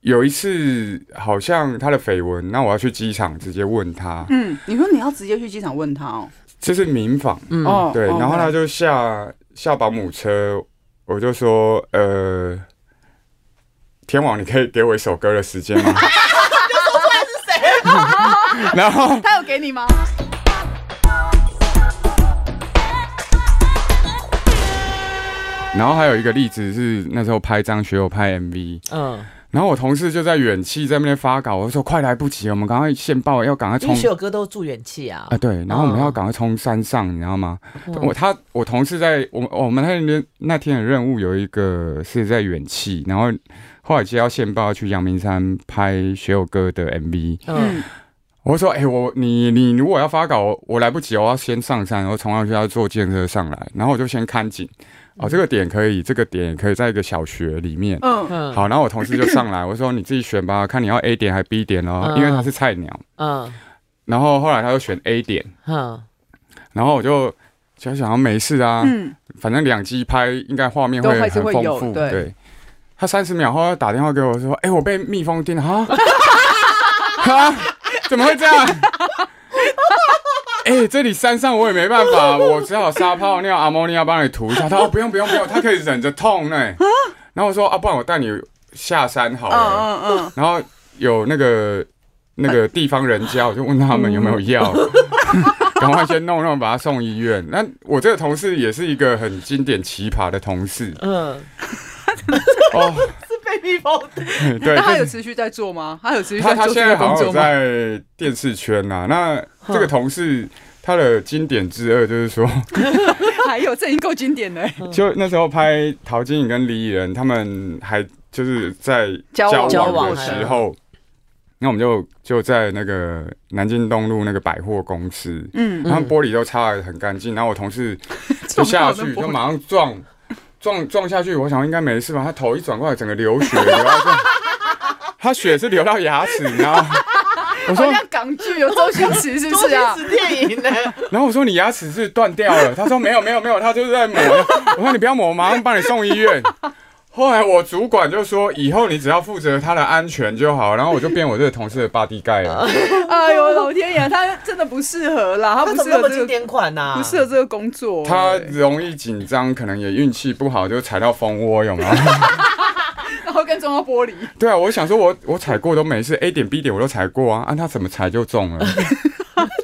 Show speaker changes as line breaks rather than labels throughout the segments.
有一次好像他的绯闻，那我要去机场直接问他，
嗯，你说你要直接去机场问他哦，
这是民访，
嗯
哦，
对，
哦
然后他
对
就下下保姆车，我就说呃，天王，你可以给我一首歌的时间 吗？ 然后
他有给你吗？
然后还有一个例子是那时候拍张学友拍 MV，
嗯，
然后我同事就在远气在那边发稿，我说快来不及了，我们赶快线报，要赶快
因为
冲
学友哥都住远气啊
啊、，对，然后我们
嗯
要赶快冲山上，你知道吗？我他我同事在我们我们那天那天的任务有一个是在远气，然后后来接到线报要去阳明山拍学友哥的 MV，
嗯，
我说哎、我你你如果要发稿，我我来不及，我要先上山，然后冲上去要坐建车上来，然后我就先看景，哦这个点可以，这个点也可以在一个小学里面。
嗯，
嗯，
好，然后我同事就上来，我说你自己选吧，看你要 A 点还是 B 点哦，
嗯
因为他是菜鸟。
嗯，
然后后来他就选 A 点，
嗯，
然后我就就想要没事啊，
嗯，
反正两机拍应该画面
都
会
还
很
是会
丰
有
富。
对
对，他三十秒后打电话给我说：“哎、我被蜜蜂叮了 啊！”啊，怎么会这样？ 哎、这里山上我也没办法，我只好撒泡尿、阿莫尼亚帮你涂一下。他说：“不用不用不用，他可以忍着痛呢、然后我说：“啊，不然我带你下山好
嗯
了。
嗯 嗯，
然后有那个那个地方人家，我就问他们有没有药， 赶快先弄弄，把他送医院。那我这个同事也是一个很经典奇葩的同事
嗯，
哦，
是被蜜蜂。
对
那，他
就
有
是
持续在做吗？他有持续
他
在
他
做
现
这
在
个
好
工
像有
作吗？
在电视圈呐、那这个同事。他的经典之二就是说，
还有，这已经够经 典了。
就那时候拍陶晶莹跟李蚁人，他们还就是在
交往
交
交
往
往
的时候，那我们就就在那个南京东路那个百货公司，
嗯，
然后玻璃都擦得很干净，然后我同事就下去就马上撞撞撞下去，我想应该没事吧，他头一转过来，整个流血， 流到这，他血是流到牙齿，然 后我
好
说，
像港剧有周星驰是不是啊？
电影呢，
然后我说你牙齿是断掉了，他说没有没有没有，他就是在磨， 我说你不要磨，马上帮你送医院。后来我主管就说，以后你只要负责他的安全就好，然后我就变我这个同事的 body guy 了。
哎呦，老天爷，他真的不适合啦， 他
他
不
怎
适
么那
合
么
这
经
个，
典款啊呐？
不啊适合这个工作。
他
对
容易紧张，可能也运气不好，就踩到蜂窝，有没有？
然后跟撞到玻璃，
对啊，我想说我我踩过都没事，A 点 B 点我都踩过啊，按、他怎么踩就中 了。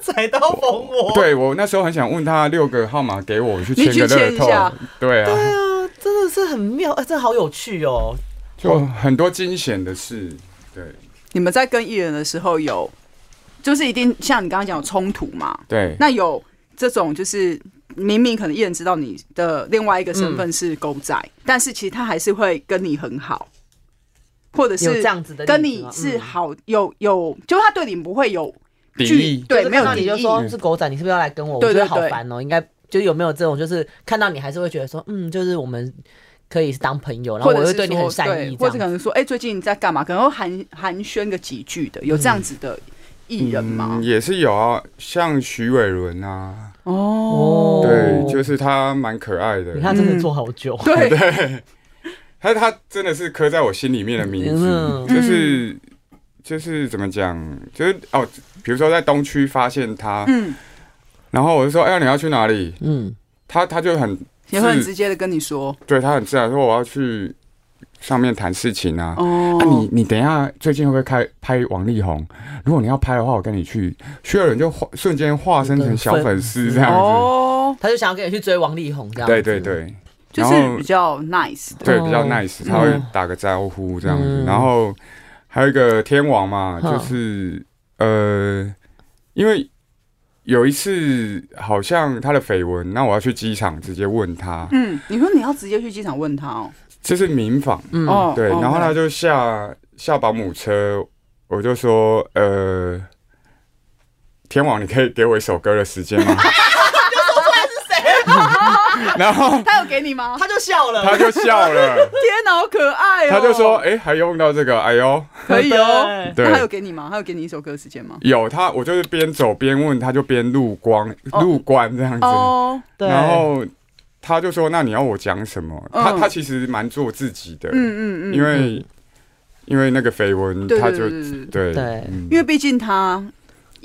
踩到蜂窝，
对啊我那时候很想问他六个号码给我，我去
你
签
去
个
签
乐
一
透
下。
对啊，
啊，真的是很妙，哎，真的好有趣哦。
就很多惊险的事。对
你们在跟艺人的时候有，就是一定像你刚刚讲有冲突嘛？
对，
那有这种就是明明可能艺人知道你的另外一个身份是狗仔，但是其实他还是会跟你很好，或者
有
是
这样子的例子吗啊嗯
跟你是好有有，就他对你不会有
敌
距
意
对，
就是
没有
看到
敌
你就
意。
说是狗仔，你是不是要来跟我？我
对
觉
对
得好
对
烦哦。应该就是有没有这种，就是看到你还是会觉得说，嗯，就是我们可以当朋友，然后
或
我
者
会
是
对你很
说，
善
对
意，这
或者可
样。
能说，哎、最近你在干嘛？可能会寒寒暄个几句的，有这样子的艺人吗？
嗯
也是有啊，像徐伟伦啊，
哦，
对，就是他蛮可爱的
你。看，真
嗯
的做好久。
对，
他他真的是刻在我心里面的名字
嗯，
就是就是怎么讲，就是哦，比如说在东区发现他，
嗯，
然后我就说，哎呀，你要去哪里？
嗯，
他他就很
也会很
是
直接的跟你说，
对他很自然说我要去上面谈事情啊。
哦，
那、你你等一下最近会不会开拍王力宏？如果你要拍的话，我跟你去。薛仁就化瞬间化身成小粉丝这样子。
哦，
他就想要跟你去追王力宏这样。
对对。对，
就
然
是
后
比较 nice 的，
对
哦
比较 nice，他会
嗯
打个招呼这样子。
嗯
然后还有一个天王嘛，
嗯
就是呃，因为有一次好像他的绯闻，那我要去机场直接问他，
嗯，你说你要直接去机场问他哦，
这是民访。
嗯，
哦，
对，
哦
然后他就下下保姆车，我就说，呃，天王，你可以给我一首歌的时间吗？
啊
然后
哎他有给你吗？
他就笑了。
他就笑了，
天哪，好可爱哦！
他就说，哎、还用到这个，哎呦，
可以哦。
对
对
那，他有给你吗？他有给你一首歌的时间吗？
有他，我就是边走边问，他就边录光录关这样子，
哦，
对
然后他就说，那你要我讲什么？他
嗯
他其实蛮做自己的，
嗯嗯嗯，
因为因为那个绯闻，
对
他
对
就
对对，对
对
对
嗯
因为毕竟他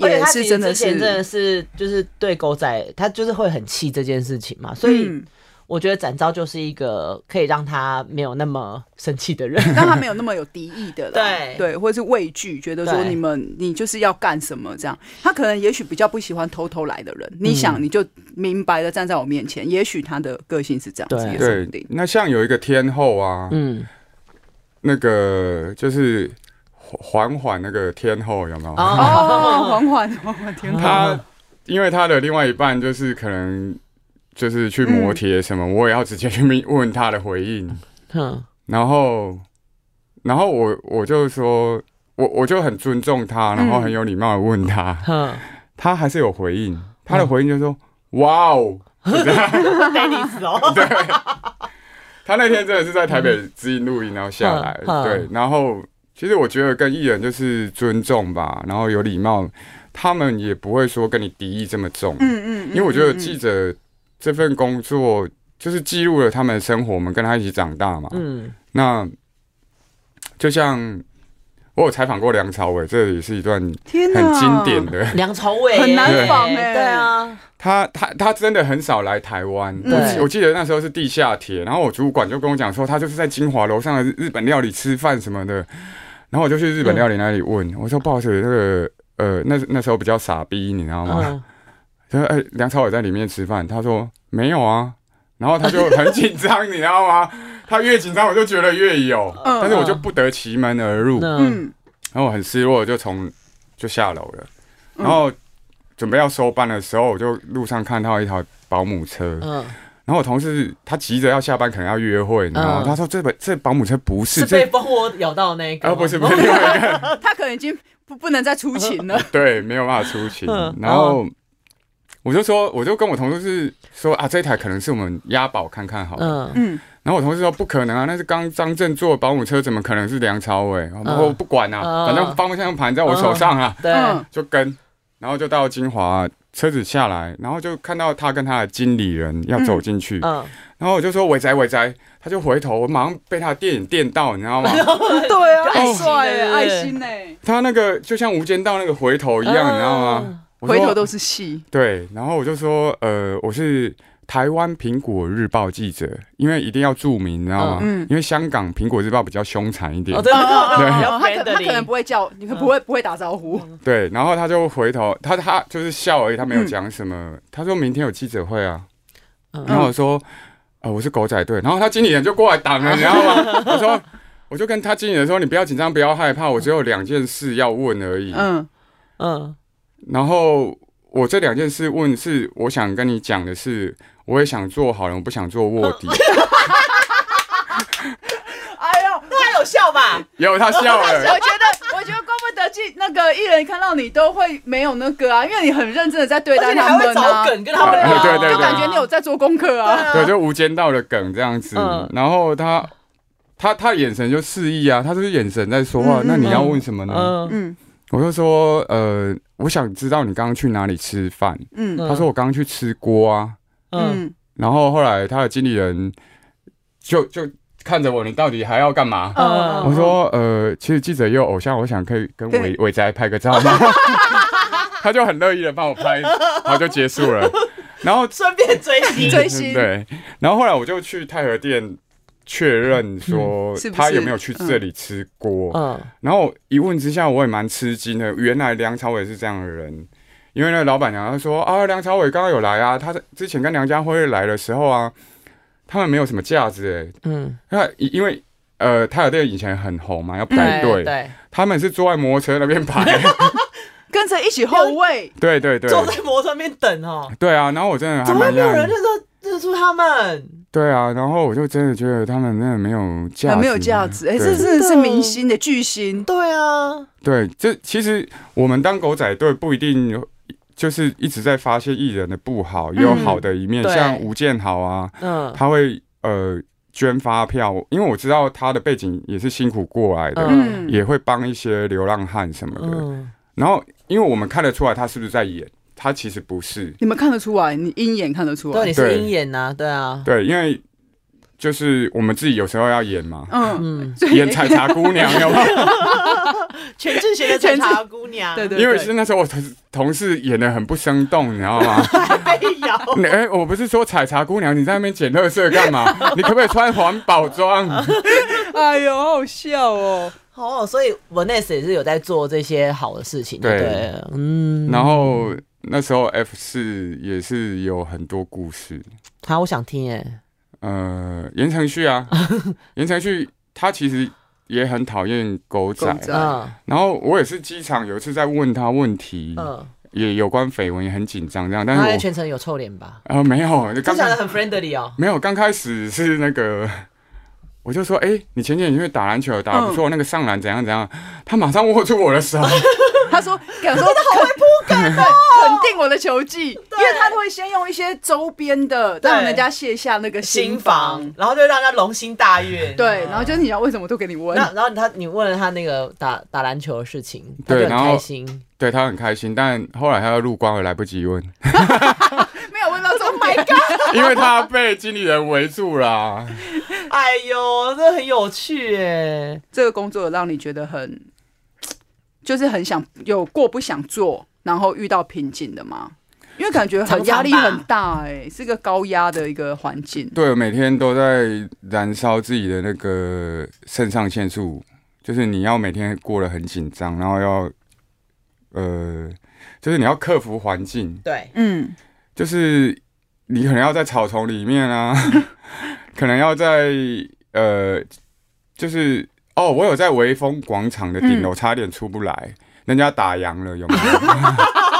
而且
也
他
是
其实
真的
之前真
是
的是就是对狗仔，他就是会很气这件事情嘛，所以
嗯
我觉得展昭就是一个可以让他没有那么生气的人。
让他没有那么有敌意的啦，
对
对，或者是畏惧，觉得说
对
你们你就是要干什么这样。他可能也许比较不喜欢偷偷来的人，你
嗯
想你就明白的站在我面前，也许他的个性是这样子，
对
也说不
对
定。。
那像有一个天后啊，
嗯，
那个就是缓缓那个天后有没有？
哦， 缓缓缓缓，天哪！
他因为他的另外一半就是可能就是去
嗯
摩羯什么，我也要直接去问问他的回应。
哼，
然后，然后我我就说，我我就很尊重他，然
嗯
后很有礼貌的问他，
哼，
他还是有回应，他
嗯
的回应就说：“哇哦！”
带你死哦。
他那天真的是在台北知音录音，然后下来，
嗯嗯
对，然后其实我觉得跟艺人就是尊重吧，然后有礼貌，他们也不会说跟你敌意这么重，
嗯嗯，嗯
因为我觉得
嗯
记者这份工作就是记录了他们的生活，我们跟他一起长大嘛。
嗯，
那就像我有采访过梁朝伟，这也是一段
天哪，
很经典的。
梁朝伟耶
很难
仿
欸
对啊，
他他他真的很少来台湾。
嗯
我记我记得那时候是地下铁，然后我主管就跟我讲说，他就是在金华楼上的日本料理吃饭什么的。然后我就去日
嗯
本料理那里问，我说不好意思，那个呃，那那时候比较傻逼，你知道吗？
嗯，
他说：“哎、梁朝伟在里面吃饭。”他说：“没有啊。”然后他就很紧张，你知道吗？他越紧张，我就觉得越有，
嗯
但是我就不得其门而入。然
嗯，
嗯，
后我很失落，就从就下楼了。
嗯
然后准备要收班的时候，我就路上看到一台保姆车。
嗯，
然后我同事他急着要下班，可能要约会，你知道吗？
嗯
他说：“这本这保姆车不是
是被
这，
蜂窝咬到那一个
啊
吗，
不是不是 另外一个，
嗯他可能已经不不能再出勤了。
对，没有办法出勤
嗯。
然后我就说，我就跟我同事说啊，这一台可能是我们押宝看看好了。
嗯，
嗯，
然后我同事说不可能啊，那是刚张震坐的保姆车，怎么可能是梁朝伟？我
嗯
说我不管啊，
嗯
反正方向盘在我手上啊，
对，
嗯
就跟。然后就到金华，车子下来，然后就看到他跟他的经理人要走进去，
嗯，
然后我就说伟仔伟仔，他就回头，我马上被他的电影电到，你知道吗？
对啊，
爱
很
心
帅
对
欸，
对
爱
对
心呢，
他那个就像《无间道》那个回头一样，你知道吗？我说
嗯回头都是戏。
对，然后我就说，呃，我是台湾苹果日报记者，因为一定要注明，你知道吗？
嗯嗯
因为香港苹果日报比较凶残一点。
哦，对，
然后
他
嗯他可他可能不会叫，你不会不会打招呼。
对，然后他就回头，他他就是笑而已，他没有讲什么。
嗯
他说明天有记者会啊，然后我说，呃，我是狗仔队，然后他经理人就过来挡
啊
了，你知道吗？我说，我就跟他经理人说，你不要紧张，不要害怕，我只有两件事要问而已。
嗯，
嗯，
然后我这两件事问是，我想跟你讲的是，我也想做好人，我不想做卧 底。
哎呦，
他有笑吧？
有他笑
但是我
了，
觉得，我觉得怪不得记那个艺人看到你都会没有那个啊，因为你很认真的在对
而
待
且你
他
还会
们啊
找，梗跟他们
啊对
聊，
对对
就感觉你有在做功课啊。
对，就《无间道》的梗这样子
嗯。
然后他他他眼神就示意啊，他就是眼神在说话
嗯。嗯
那你要问什么呢？
嗯
嗯
我就说，呃，我想知道你刚刚去哪里吃饭。
嗯
他说我刚刚去吃锅啊。
嗯，
嗯
然后后来他的经理人就就看着我，你到底还要干嘛？
嗯
我说，呃，其实记者也有偶像，我想可以跟
对
伟伟仔拍个照吗？ 他就很乐意的帮我拍，然后就结束了。然后
顺便追星，
追 星，
对，然后后来我就去太和店确认说
嗯是不是
他有没有去这里吃锅，
嗯
然后一问之下我也蛮吃惊的，原来梁朝伟是这样的人。因为那个老板娘她说啊，梁朝伟刚刚有来啊，他之前跟梁家辉来的时候啊，他们没有什么架子
嗯，
哎、那因为呃太和店以前很红嘛，要排队，
嗯对，
他们是坐在摩托车那边 排，
跟着一起后卫，
对对对，
坐在摩托上面等哦，
对啊，然后我真的还
怎么会
蛮
没有人
讶异，
认得认出他们？
对啊，然后我就真的觉得他们那个没有价值，
很没有价值。哎，这
对
真的是
真的
明星的巨星，
对啊，
对，这其实我们当狗仔队不一定就是一直在发现艺人的不好，也有好的一面，
对
像吴建豪啊，
嗯
他会呃捐发票，因为我知道他的背景也是辛苦过来的，
嗯，
也会帮一些流浪汉什么的。
嗯，
然后，因为我们看得出来他是不是在演，他其
嗯
实不是。
你们看得出来，你鹰眼看得出
对，
来
你，是鹰眼呐，对啊，
对，因为就是我们自己有时候要演嘛，
嗯，
嗯，
所以
演采茶姑娘，有没有？
全智贤的采茶姑娘，
对对，
因为
对
是那时候我同同事演的很不生动，你知道吗？
被咬，
你哎、我不是说采茶姑娘，你在那边捡垃圾干嘛？你可不可以穿环保装？
哎呦，好好笑 哦。
哦，所以 Vanessa 也是有在做这些好的事情，
对
对了，嗯，
然后那时候 F 四也是有很多故事，
好，我想听哎，
呃，言承旭 啊，言承旭他其实也很讨厌狗仔，
狗仔
嗯
然后我也是机场有一次在问他问题，
嗯，
也有关绯闻，也很紧张这样，但
他在
是
全程有臭脸吧？
我呃没有，就
他
刚
讲
开
的很 friendly 哦，
没有刚开始是那个。我就说，哎、你前几天因为打篮球打得不
嗯
错，那个上篮怎样怎样，他马上握住我的手，
他说，敢说他好会铺梗哦 肯定我的球技，因为他都会先用一些周边的
对
让人家卸下那个
新
心
房
防，，
然后就让他龙心大悦，
对，然后就是你要为什么都给你 问，
那然后他你问了他那个打打篮球的事情，他
对
就很
然后
开心，
对他很开心，但后来他要入关，我来不及问，
没有问到重点。God！
因为他被经理人围住了、
哎呦，这很有趣哎，
这个工作让你觉得很，就是很想有过不想做，然后遇到瓶颈的吗？因为感觉
常
很
常
压力
吧
很大、欸，哎，是个高压的一个环境。
对，每天都在燃烧自己的那个肾上腺素，就是你要每天过得很紧张，然后要，呃，就是你要克服环境，
对，
嗯，
就是你可能要在草丛里面啊， 可能要在呃，就是哦，我有在微风广场的顶楼差点出不来，人家打烊了，有没有？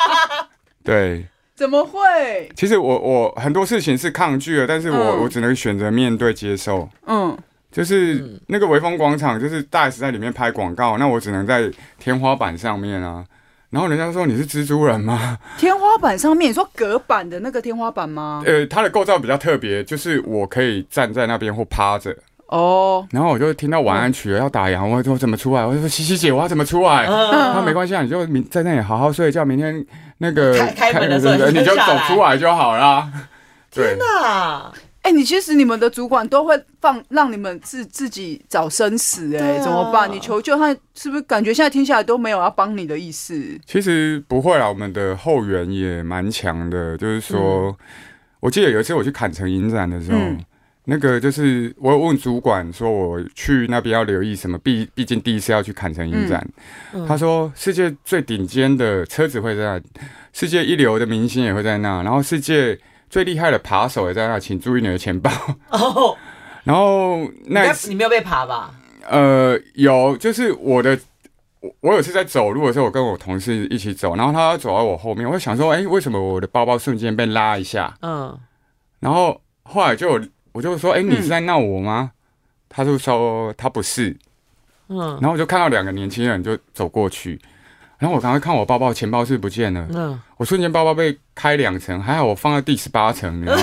对，
怎么会？
其实我我很多事情是抗拒的，但是我、
嗯
我只能选择面对接受。
嗯，
就是
嗯
那个微风广场，就是大 S 在里面拍广告，那我只能在天花板上面啊。然后人家说你是蜘蛛人吗？
天花板上面，你说隔板的那个天花板吗？
呃，它的构造比较特别，就是我可以站在那边或趴着。
哦，
然后我就听到晚安曲要打烊，我说我怎么出来？我就说西西姐，我要怎么出来？
嗯，
他说没关系啊，你就明在那里好好睡觉，明天那个
开开门的时候
对对对
你
你
就
就
下
走
来
出来就 好啦。对，
那
哎、你其实你们的主管都会放让你们自自己找生死、欸，哎、
对啊
怎么办？你求救，他是不是感觉现在听下来都没有要帮你的意思？
其实不会啦，我们的后援也蛮强的。就是说，
嗯
我记得有一次我去坎城影展的时候，
嗯
那个就是我有问主管说我去那边要留意什么，毕毕竟第一次要去坎城影展，
嗯
他说世界最顶尖的车子会在那，世界一流的明星也会在那，然后世界最厉害的扒手也在那，请注意你的钱包。
哦，
然后
你
那一
没
次
你没有被爬吧？
呃，有，就是我的，我我有次在走路的时候，我跟我同事一起走，然后他走在我后面，我就想说，哎、为什么我的包包瞬间被拉一下？
嗯，
然后后来就有我就说，哎、你是在闹我吗？他就说他不是，
嗯
然后我就看到两个年轻人就走过去，然后我赶快看我包包，钱包是不见了，
嗯，
我瞬间包包被开两层，还好我放在第十八层，你 知道吗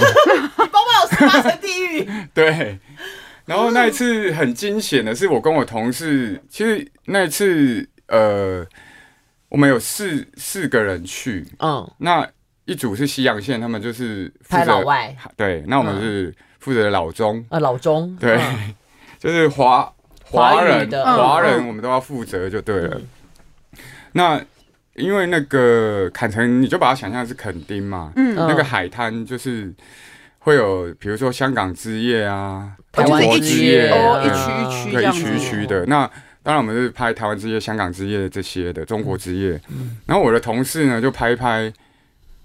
你包包有十八层地狱，
对，然后那一次很惊险的是，我跟我同事，其实那一次呃，我们有四四个人去，
嗯，
那一组是西洋线，他们就是负
拍
责
老，外，
对，那我们
嗯
是负责老中，
呃，老 钟，
对，
嗯
就是华
华
华
语
人
的
华
嗯
人，
嗯
我们都要负责就对了。那因为那个坎城，你就把它想象是垦丁嘛，
嗯
那个海滩就是会有，比如说香港之夜啊，
台
中
湾
国
之
之
夜
夜
哦，一
啊，
区一区这
对，一
样子，
区一区的。那当然我们是拍台湾之夜、香港之夜这些的，中国之夜。
嗯
然后我的同事呢就拍一拍，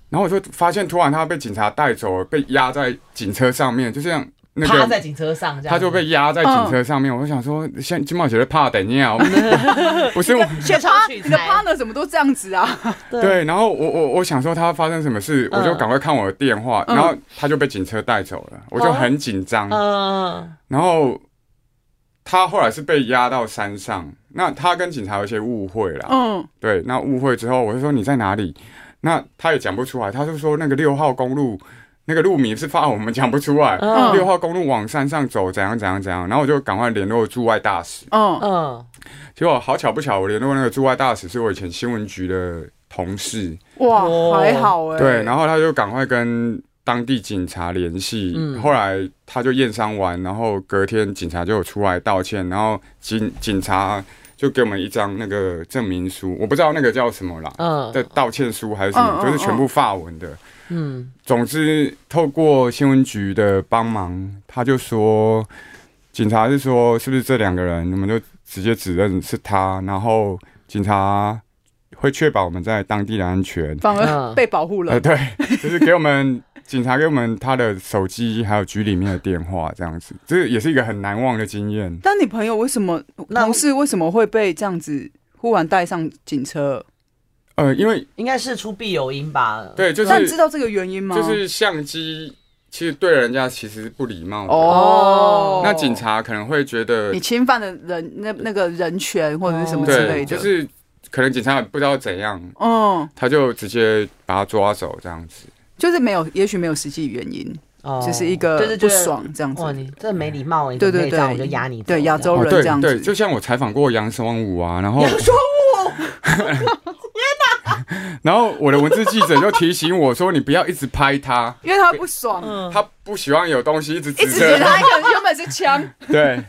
然后我就发现突然他被警察带走了，被压在警车上面，就像那
趴在
个。
警车上，这样
他就被压在警车上面，我就想说，现金茂杰在怕等一下，我们 不是我，
现场取
你的
材，
partner 怎么都这样子 啊？
对，然后我我我想说他发生什么事，
嗯
我就赶快看我的电话，
嗯
然后他就被警车带走了，我就很紧张。
哦嗯，
然后他后来是被押到山上，那他跟警察有一些误会啦。
嗯，
对，那误会之后，我就说你在哪里？那他也讲不出来，他就说那个六号公路那个路名是发我们讲不出来，
嗯
六号公路往山上走，怎样怎样怎样。然后我就赶快联络驻外大使，
嗯
嗯
结果好巧不巧，我联络那个驻外大使是我以前新闻局的同事，
哇，
哦
还好哎、
对，然后他就赶快跟。当地警察联系，
嗯
后来他就验伤完，然后隔天警察就有出来道歉，然后警警察就给我们一张那个证明书，我不知道那个叫什么啦，
嗯
的道歉书还是什么，
哦嗯嗯
就是全部法文的。
嗯，
总之，透过新闻局的帮忙，他就说，警察是说是不是这两个人，你们就直接指认是他，然后警察会确保我们在当地的安 全。
反而
嗯
被保护了
呃，。对，就是给我们警察给我们他的手机还有局里面的电话这样子，这也是一个很难忘的经验。
但你朋友为什么
那
同事为什么会被这样子忽然带上警车？
呃，因为
应该事出必有因吧？
对，就
但知
是
道这个原因吗？
就是相机，其实对人家其实是不礼貌的。
哦，
那警察可能会觉得
你，侵犯了人那那个人权或者是什么之类
哦对，
的，
就是可能警察也不知道怎样，
嗯，
他就直接把他抓走这样子。
就是没有，也许没有实际原因，
哦
就是一个不
就是觉得
爽这样子
哇，。你这没礼貌，你
对
怎么
对
可以这样
对
我就压你走
对亚洲人
哦对
这样子
对，就像我采访过杨双武啊， 然后杨双武，天哪！然后我的文字记者就提醒我说，你不要一直拍他，
因为他不爽，
嗯
他不喜欢有东西一直
一
指
直觉得
着
他可能原本是枪，
对，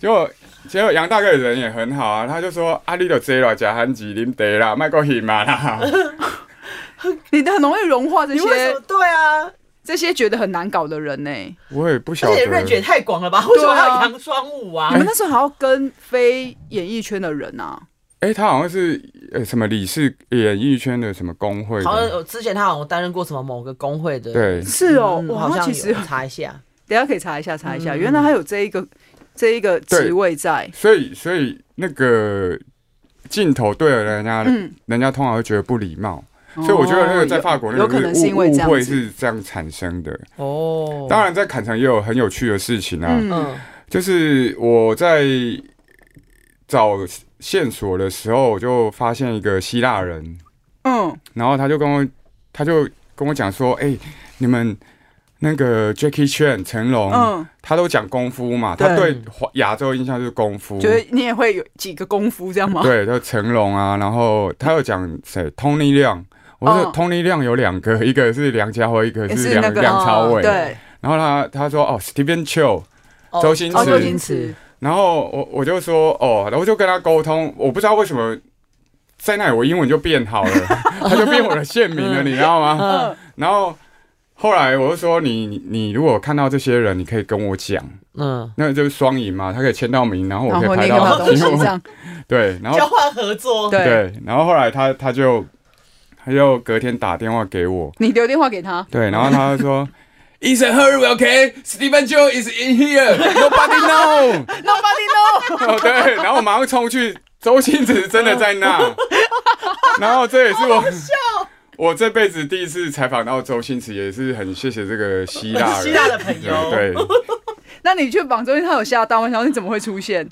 结果结果杨大哥人也很好啊，他就说啊，你都这了，假韩吉林得啦，卖过戏嘛 啦。
你很容易融化这
你为什
些
么？对啊，
这些觉得很难搞的人呢、
我也不晓
而
得
且 range 也太广了
啊
吧？为什么还有洋双舞啊
你？们那时候还要跟非演艺圈的人啊，
哎、他好像是呃什么理事演艺圈的什么工会
好像
的，
有之前他好像担任过什么某个工会的，
对，
是哦
嗯，
哇，
好
那
像
其实
有查一下，
等一下可以查一下，查一下，
嗯
原来还有这一个这一个职位在，
所以所以那个镜头对了人家，
嗯，哦
人家通常会觉得不礼貌。所以我觉得那个在法国那
有有
个
可
是
能是因
误
为
误
这样
会
子，
是这样产生的。
哦，
当然，在坎城也有很有趣的事情啊，
嗯
嗯，
就是我在找线索的时候，我就发现一个希腊人，
嗯，
然后他就跟我，他就跟我讲说：“哎、你们那个 Jackie Chan 成龙，
嗯，
他都讲功夫嘛，他
对
对华亚洲印象就是功夫，
觉得你也会有几个功夫这样吗？
对，就成龙啊，然后他又讲谁，Tony 亮。”我说
嗯
Tony 亮有两个，一个是梁家辉，一个
也
是
是
梁
那个哦
梁朝伟。
对，
然后他他说哦，Steven Chiu，
哦
嗯周星驰
哦，
是
周星驰，
然后我我就说哦，然后就跟他沟通，我不知道为什么在那里我英文就变 好了，他就变我的县名了，你知道吗？
嗯，
然后后来我就说你你你如果看到这些人，你可以跟我讲，
嗯，
那就是双赢嘛，他可以签到名，然后我
然
可
后
以
那
拍
个
到
马
他
东
因
西
为我
这样，
对，然后
交换合作，
对，
对，然后后来他他就他就隔天打电话给我，
你留电话给他，
对，然后他就 说。Is a hurry, okay? Stephen Joe is in here. Nobody know.
Nobody know，
哦， 对，然后我马上冲去，周星驰真的在那，然后这也是我。 我这辈子第一次采访到周星驰，也是很谢谢这个希腊人。
希腊的朋友
对，对
那你去广州，他有吓到吗，我想说你怎么会出现？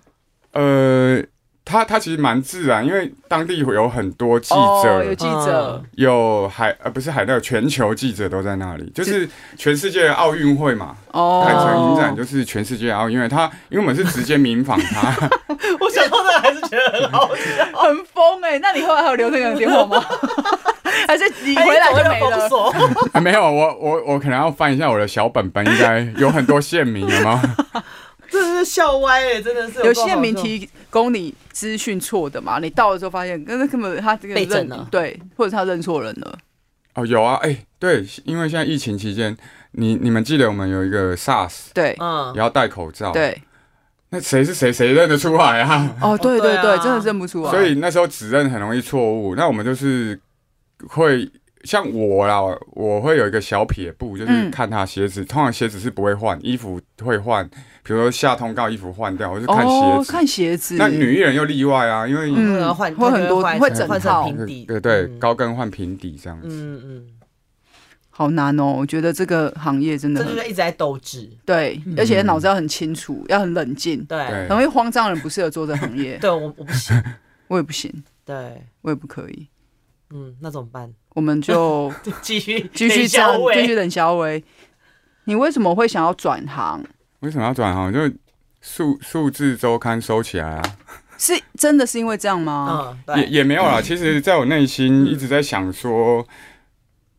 呃，他他其实蛮自然，因为当地有很多记
哦，有
者，
记者，
有海呃不是海内，全球记者都在那里，就是全世界的奥运会嘛，
哦，
看成影展就是全世界奥运会，他因为我们是直接民访他。
我想到那还是觉得很好笑。
很疯哎、那你后来还有留那个人的电话吗？ 还是你回来
哎
就没了？
锁，
啊，没有，我我我可能要翻一下我的小本本，应该有很多县名了 吗？
真的是笑歪
欸
哎，真的是
有些民提供你资讯错的嘛，你到了之后发现，那根本他这个
被
认
整了
对，或者他认错人了。
哦，有啊，哎、对，因为现在疫情期间，你你们记得我们有一个 SARS，
对、
也
嗯，
要戴口罩。，
哦对，
那谁是谁，谁认得出来啊？
哦，对对
对
对，
啊
真的认不出来。
所以那时候指认很容易错误。那我们就是会像我啦，我会有一个小撇步，就是
嗯
看他鞋子，通常鞋子是不会换，衣服会换，比如说下通告衣服换掉，我就看
哦
鞋，子。
看鞋子，
那女艺人又例外啊，因为
嗯
嗯，换
会很多
换
会
成
整
换
套
成平底，
对对，
嗯
高跟换平底这样子。
嗯嗯，
好难哦，我觉得这个行业真的
这就
很
是一直在斗智，
对，而且脑子要很清楚，要很冷静，
嗯对
对，
很容易慌张的人不适合做这行业，
对我我不行，
我也不行，
对，
我也不可以，
嗯，那怎么 办？
我们就。
继续
继续这样，继续冷小伟。你为什么会想要转行？
为什么要转行？就数数字周刊收起来啊，
是真的是因为这样吗？
嗯，
也
对，
也没有啦。其实，在我内心一直在想说，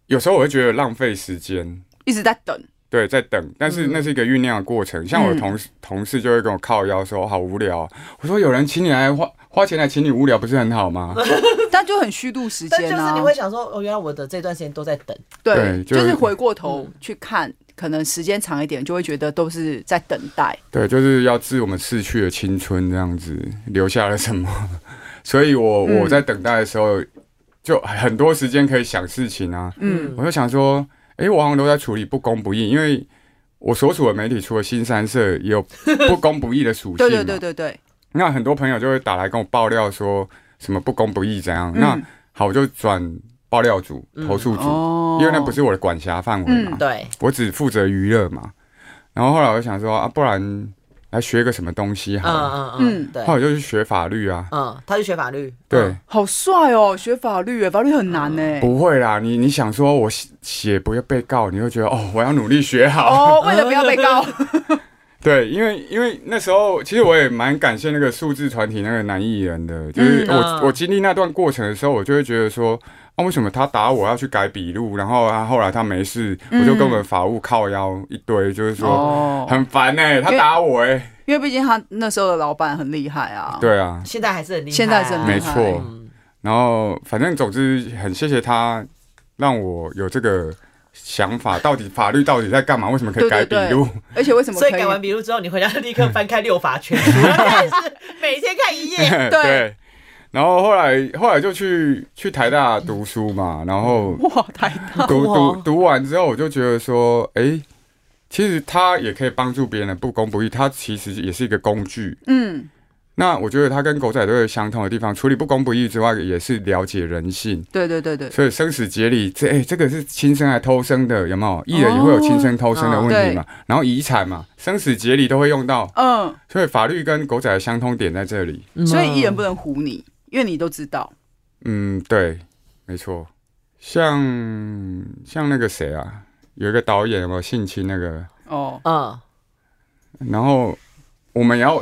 有时候我会觉得浪费时间，
一直在等，
对，在等，但
嗯
是那是一个酝酿的过程。像我的同事、同事就会跟我靠腰说，好无聊。啊我说有人请你来花花钱来请你无聊，不是很好吗？
但就很虚度时
但
间
就是
啊
你。会想说，哦，原来我的这段时间都在等，
对
对，
就嗯
就是回过头去看，可能时间长一点，就会觉得都是在等待。
对，就是要致我们逝去的青春这样子，留下了什么？ 所以我
嗯
我在等待的时候，就很多时间可以想事情啊。
嗯，
我就想说，诶，我好像都在处理不公不义，因为我所属的媒体除了新三社，也有不公不义的属性嘛。
对对对对对，
那很多朋友就会打来跟我爆料说什么不公不义怎样。
嗯
那好，我就转爆料组、
嗯
投诉组，
哦
因为那不是我的管辖范围嘛。
嗯
对，
我只负责娱乐嘛。然后后来我就想说啊，不然来学个什么东西
嗯
好了。
嗯嗯，
嗯
对
后，来我就去学法律啊。
嗯，他去学法律，嗯
对，
好帅哦，学法律耶，法律很
嗯
难欸呢。
不会啦，你你想说我写写不要被告，你会觉得哦，我要努力学好。
哦，为了不要被 告，
对，因为因为那时候其实我也蛮感谢那个数字团体那个男艺人的，就是
嗯
我、
啊
我经历那段过程的时候，我就会觉得说，啊，为什么他打我要去改笔录，然后他后来他没事，我就跟我们法务靠腰一堆，就是说、
嗯哦，
很烦哎、他打我哎、
因为毕竟他那时候的老板很厉害啊。，
对啊，
现在还是很厉害啊，
现在是很
没
厉害
错。
嗯
然后反正总之很谢谢他，让我有这个想法，到底法律到底在干嘛？为什么可以
对
改
对
笔
对
录？
而且为什么
所
可
以改完
以？
笔录之后，你回家立刻翻开六法全书，
嗯
但是每天看一页。
对
然后后来后来就去去台大读书嘛，然后
哇，太 大，
读
哦
读读完之后，我就觉得说，哎、其实他也可以帮助别人的不公不义，他其实也是一个工具。
嗯，
那我觉得他跟狗仔队有相同的地方，处理不公不义之外，也是了解人性。
对对对对，
所以生死节理，这哎、这个是亲生还偷生的，有没有？艺人也会有亲生偷生的问题嘛？然后遗产嘛，生死节理都会用到，
嗯，
所以法律跟狗仔的相通点在这里。
嗯
所以艺人不能唬你，因为你都知道。
嗯，对，没错。像像那个谁啊，有一个导演有没有性侵那个？
哦，
嗯，
然后我们也要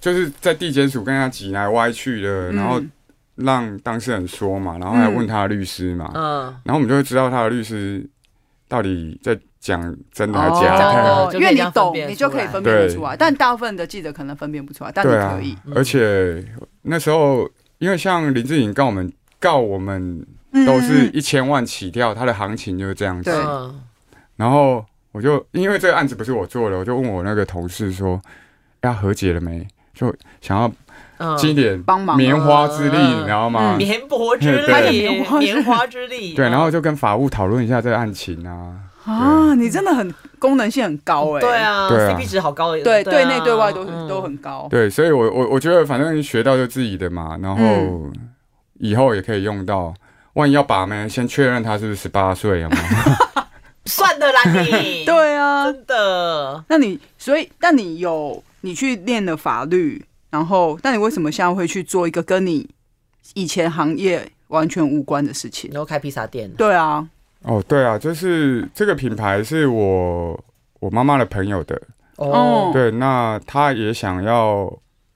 就是在地检署跟他挤来歪去的，然后
嗯
让当事人说嘛，然后还问他的律师嘛，
嗯
然后我们就会知道他的律师到底在讲真的还是假的。
哦，
就
因
可
为
以
你
这样分
懂，
辨
你
出
就可以
来
分辨得
对
出来。但大部分的记者可能分辨不出来，但你
对啊
可以，，嗯
而且那时候因为像林志颖告我们告我们都是
嗯
一千万起跳，他的行情就是这样子
对。
嗯
然后我就因为这个案子不是我做的，我就问我那个同事说，要和解了没？就想要
嗯
尽一点
帮忙啊
棉花之力，
嗯
你知道吗？
绵薄之
对
力，
棉花之力
棉花之 力。
对，
嗯
然后就跟法务讨论一下这个案情啊。
啊，你真的很功能性很高哎。
对，啊
对啊
，CP 值好高。
对，
啊
对内对外都
嗯
都很高。
对，所以我我我觉得反正学到就自己的嘛，然
嗯
后以后也可以用到。万一要把妹，先确认他是不是十八岁， 有吗？
算的啦 你。，
对啊，
真的。
那你所以，但你有你去练了法律，然后，但你为什么现在会去做一个跟你以前行业完全无关的事情
你？要开披萨店，
对啊，
哦，对啊，就是这个品牌是我我妈妈的朋友的，
哦
对，那他也想要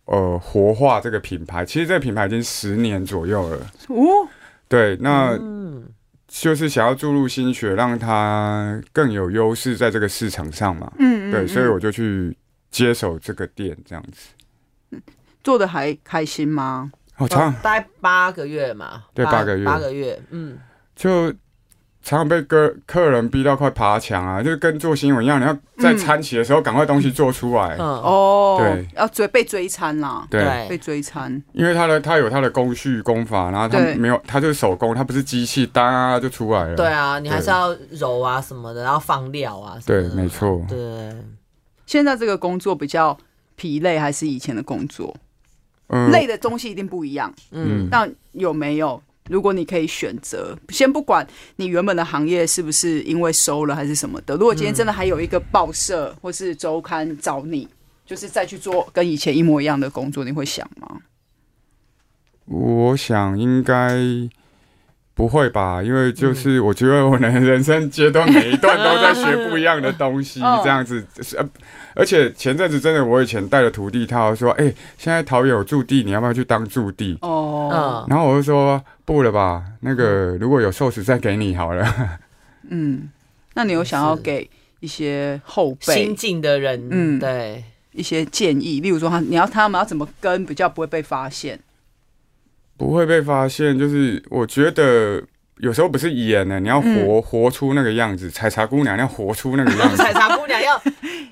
呃活化这个品牌，其实这个品牌已经十年左右了。
哦，
对，那
嗯
就是想要注入心血，让它更有优势在这个市场上嘛。
嗯，嗯
对，
嗯
所以我就去接手这个店这样子。
做的还开心吗？
哦，常常
大概八个月嘛，
对八个月
八个月，嗯，
就常常被客客人逼到快爬墙啊，就是跟做新闻一样，你要在
嗯
餐期的时候赶快东西做出来。
哦，
哦，
对
要追被追餐啦，
对，
被追餐，
因为他的他有他的工序工法，然后他
对
没有，他就是手工，他不是机器，哒就出来了。
对啊，你还是要揉啊什么的，然后放料啊什么
对，
的，
没错。
对，
现在这个工作比较疲累，还是以前的工作？
嗯
累的东西一定不一样。
嗯，
那有没有？如果你可以选择，先不管你原本的行业是不是因为收了还是什么的，如
嗯
果今天真的还有一个报社或是周刊找你，就是再去做跟以前一模一样的工作，你会想吗？
我想应该不会吧，因为就是我觉得我的人生阶段每一段都在学不一样的东西，
嗯
这样子。呃而且前阵子真的，我以前带了徒弟，他说：“哎、现在桃园有驻地，你要不要去当驻地？”
哦，
嗯，
然后我就说：“不了吧，那个如果有寿司再给你好了。
嗯，那你有想要
是
给一些后辈
新进的人，嗯，
嗯
对，
一些建议，例如说他你要他们要怎么跟比较不会被发现？
不会被发现，就是我觉得有时候不是演的，你要活、活出那个样子。采茶姑娘你要活出那个样子，
采茶 姑娘要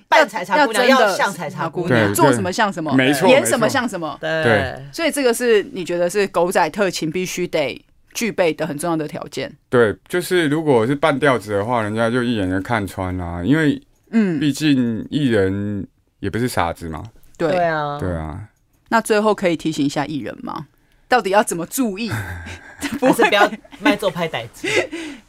扮采茶姑娘，
要真
要
的
像采茶姑
对
娘
对，
做什么像什么，
没错，
演
没
什么
错
像什么。
对
对，
所以这个是你觉得是狗仔特勤必须得具备的很重要的条件。
对，就是如果是半吊子的话，人家就一眼就看穿啦、因为
嗯，
毕竟艺人也不是傻子嘛。
对
对。
啊，
对啊，
那最后可以提醒一下艺人吗？到底要怎么注意？
不是不要卖做 拍歹机，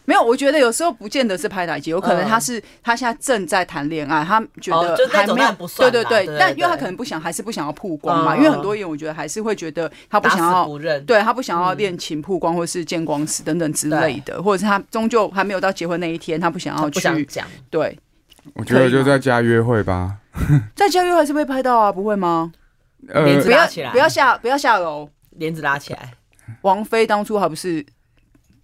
没有，我觉得有时候不见得是拍打击，有可能
嗯
他是、他现在正在谈恋爱，他觉
哦就
得
那
还
种
没有、
当然不算啦
对对
对对
但因为他
对
可能不想，还是不想要曝光嘛。
嗯
因为很多艺人，我觉得还是会觉得他不
打
想
死
要，
不认。
对他不想要恋情曝光，或是见光死等等之类的，或者是他终究还没有到结婚那一天，他不想要
嗯不
去。
想讲，
对，
我觉得
可以吗
就在家约会吧。
在家约还是被拍到啊，不会吗？
呃，
名字
不要
拉起来
不要下不要下楼。
帘子拉起来，
王菲当初还不是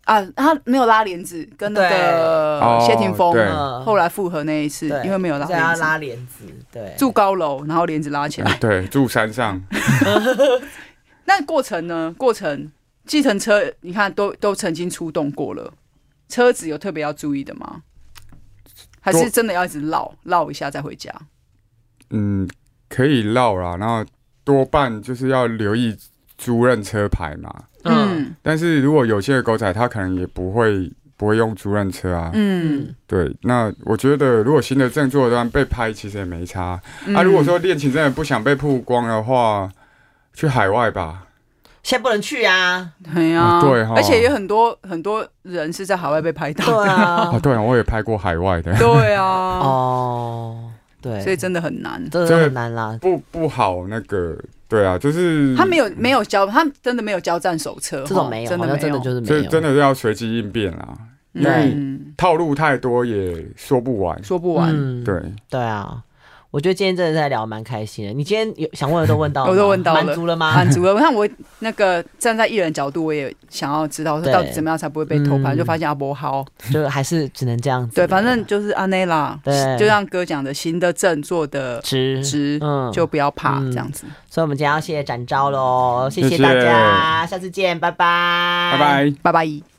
啊，她没有拉帘子，跟那个
对
谢霆锋、啊
哦对
嗯
后来复合那一次，
对，
因为没有拉
在他
帘子，
拉帘子，对，
住高楼，然后帘子拉起来。
嗯对，住山上，
那过程呢？过程，计程车你看都都曾经出动过了，车子有特别要注意的吗？还是真的要一直绕绕一下再回家？
嗯，可以绕啦。然后多半就是要留意租赁车牌嘛。
嗯
嗯
但是如果有些狗仔他可能也不会不会用租赁车啊。
嗯
嗯，
对，那我觉得如果行得正坐得端被拍其实也没差。
嗯
啊，如果说恋情真的不想被曝光的话，去海外吧。
现在不能去啊，
对呀
啊，对哈
嗯而且也很多很多人是在海外被拍到
对
的，
啊
啊，，对啊，我也拍过海外的，
对啊，
哦，对，
所以真的很难。
真的很难啦，
不不好那个，对啊，就是
他没有没有交，他真的没有交战手册，
这种
哈
没
哦
有，
真的
好像真的
有
就是
这
没有，
真的是要随机应变啦，因为
嗯，
套路太多也说不完。
说不完，
嗯
对，
对啊，我觉得今天真的在聊蛮开心的。你今天有想问的都问到了 吗，
我都问到了
满足了 吗？
满足了。像我那个站在艺人角度，我也想要知道说
对
到底怎么样才不会被偷拍，
嗯
就发现阿伯好。
就还是只能这样子。
对，反正就是阿内啦，
对
就像哥讲的，行得正，坐得
值
直，
嗯，
就不要怕
嗯
这样子。
所以我们今天要谢谢展昭喽，谢
谢
谢
谢
大家，下次见，拜拜，
拜拜。
拜拜。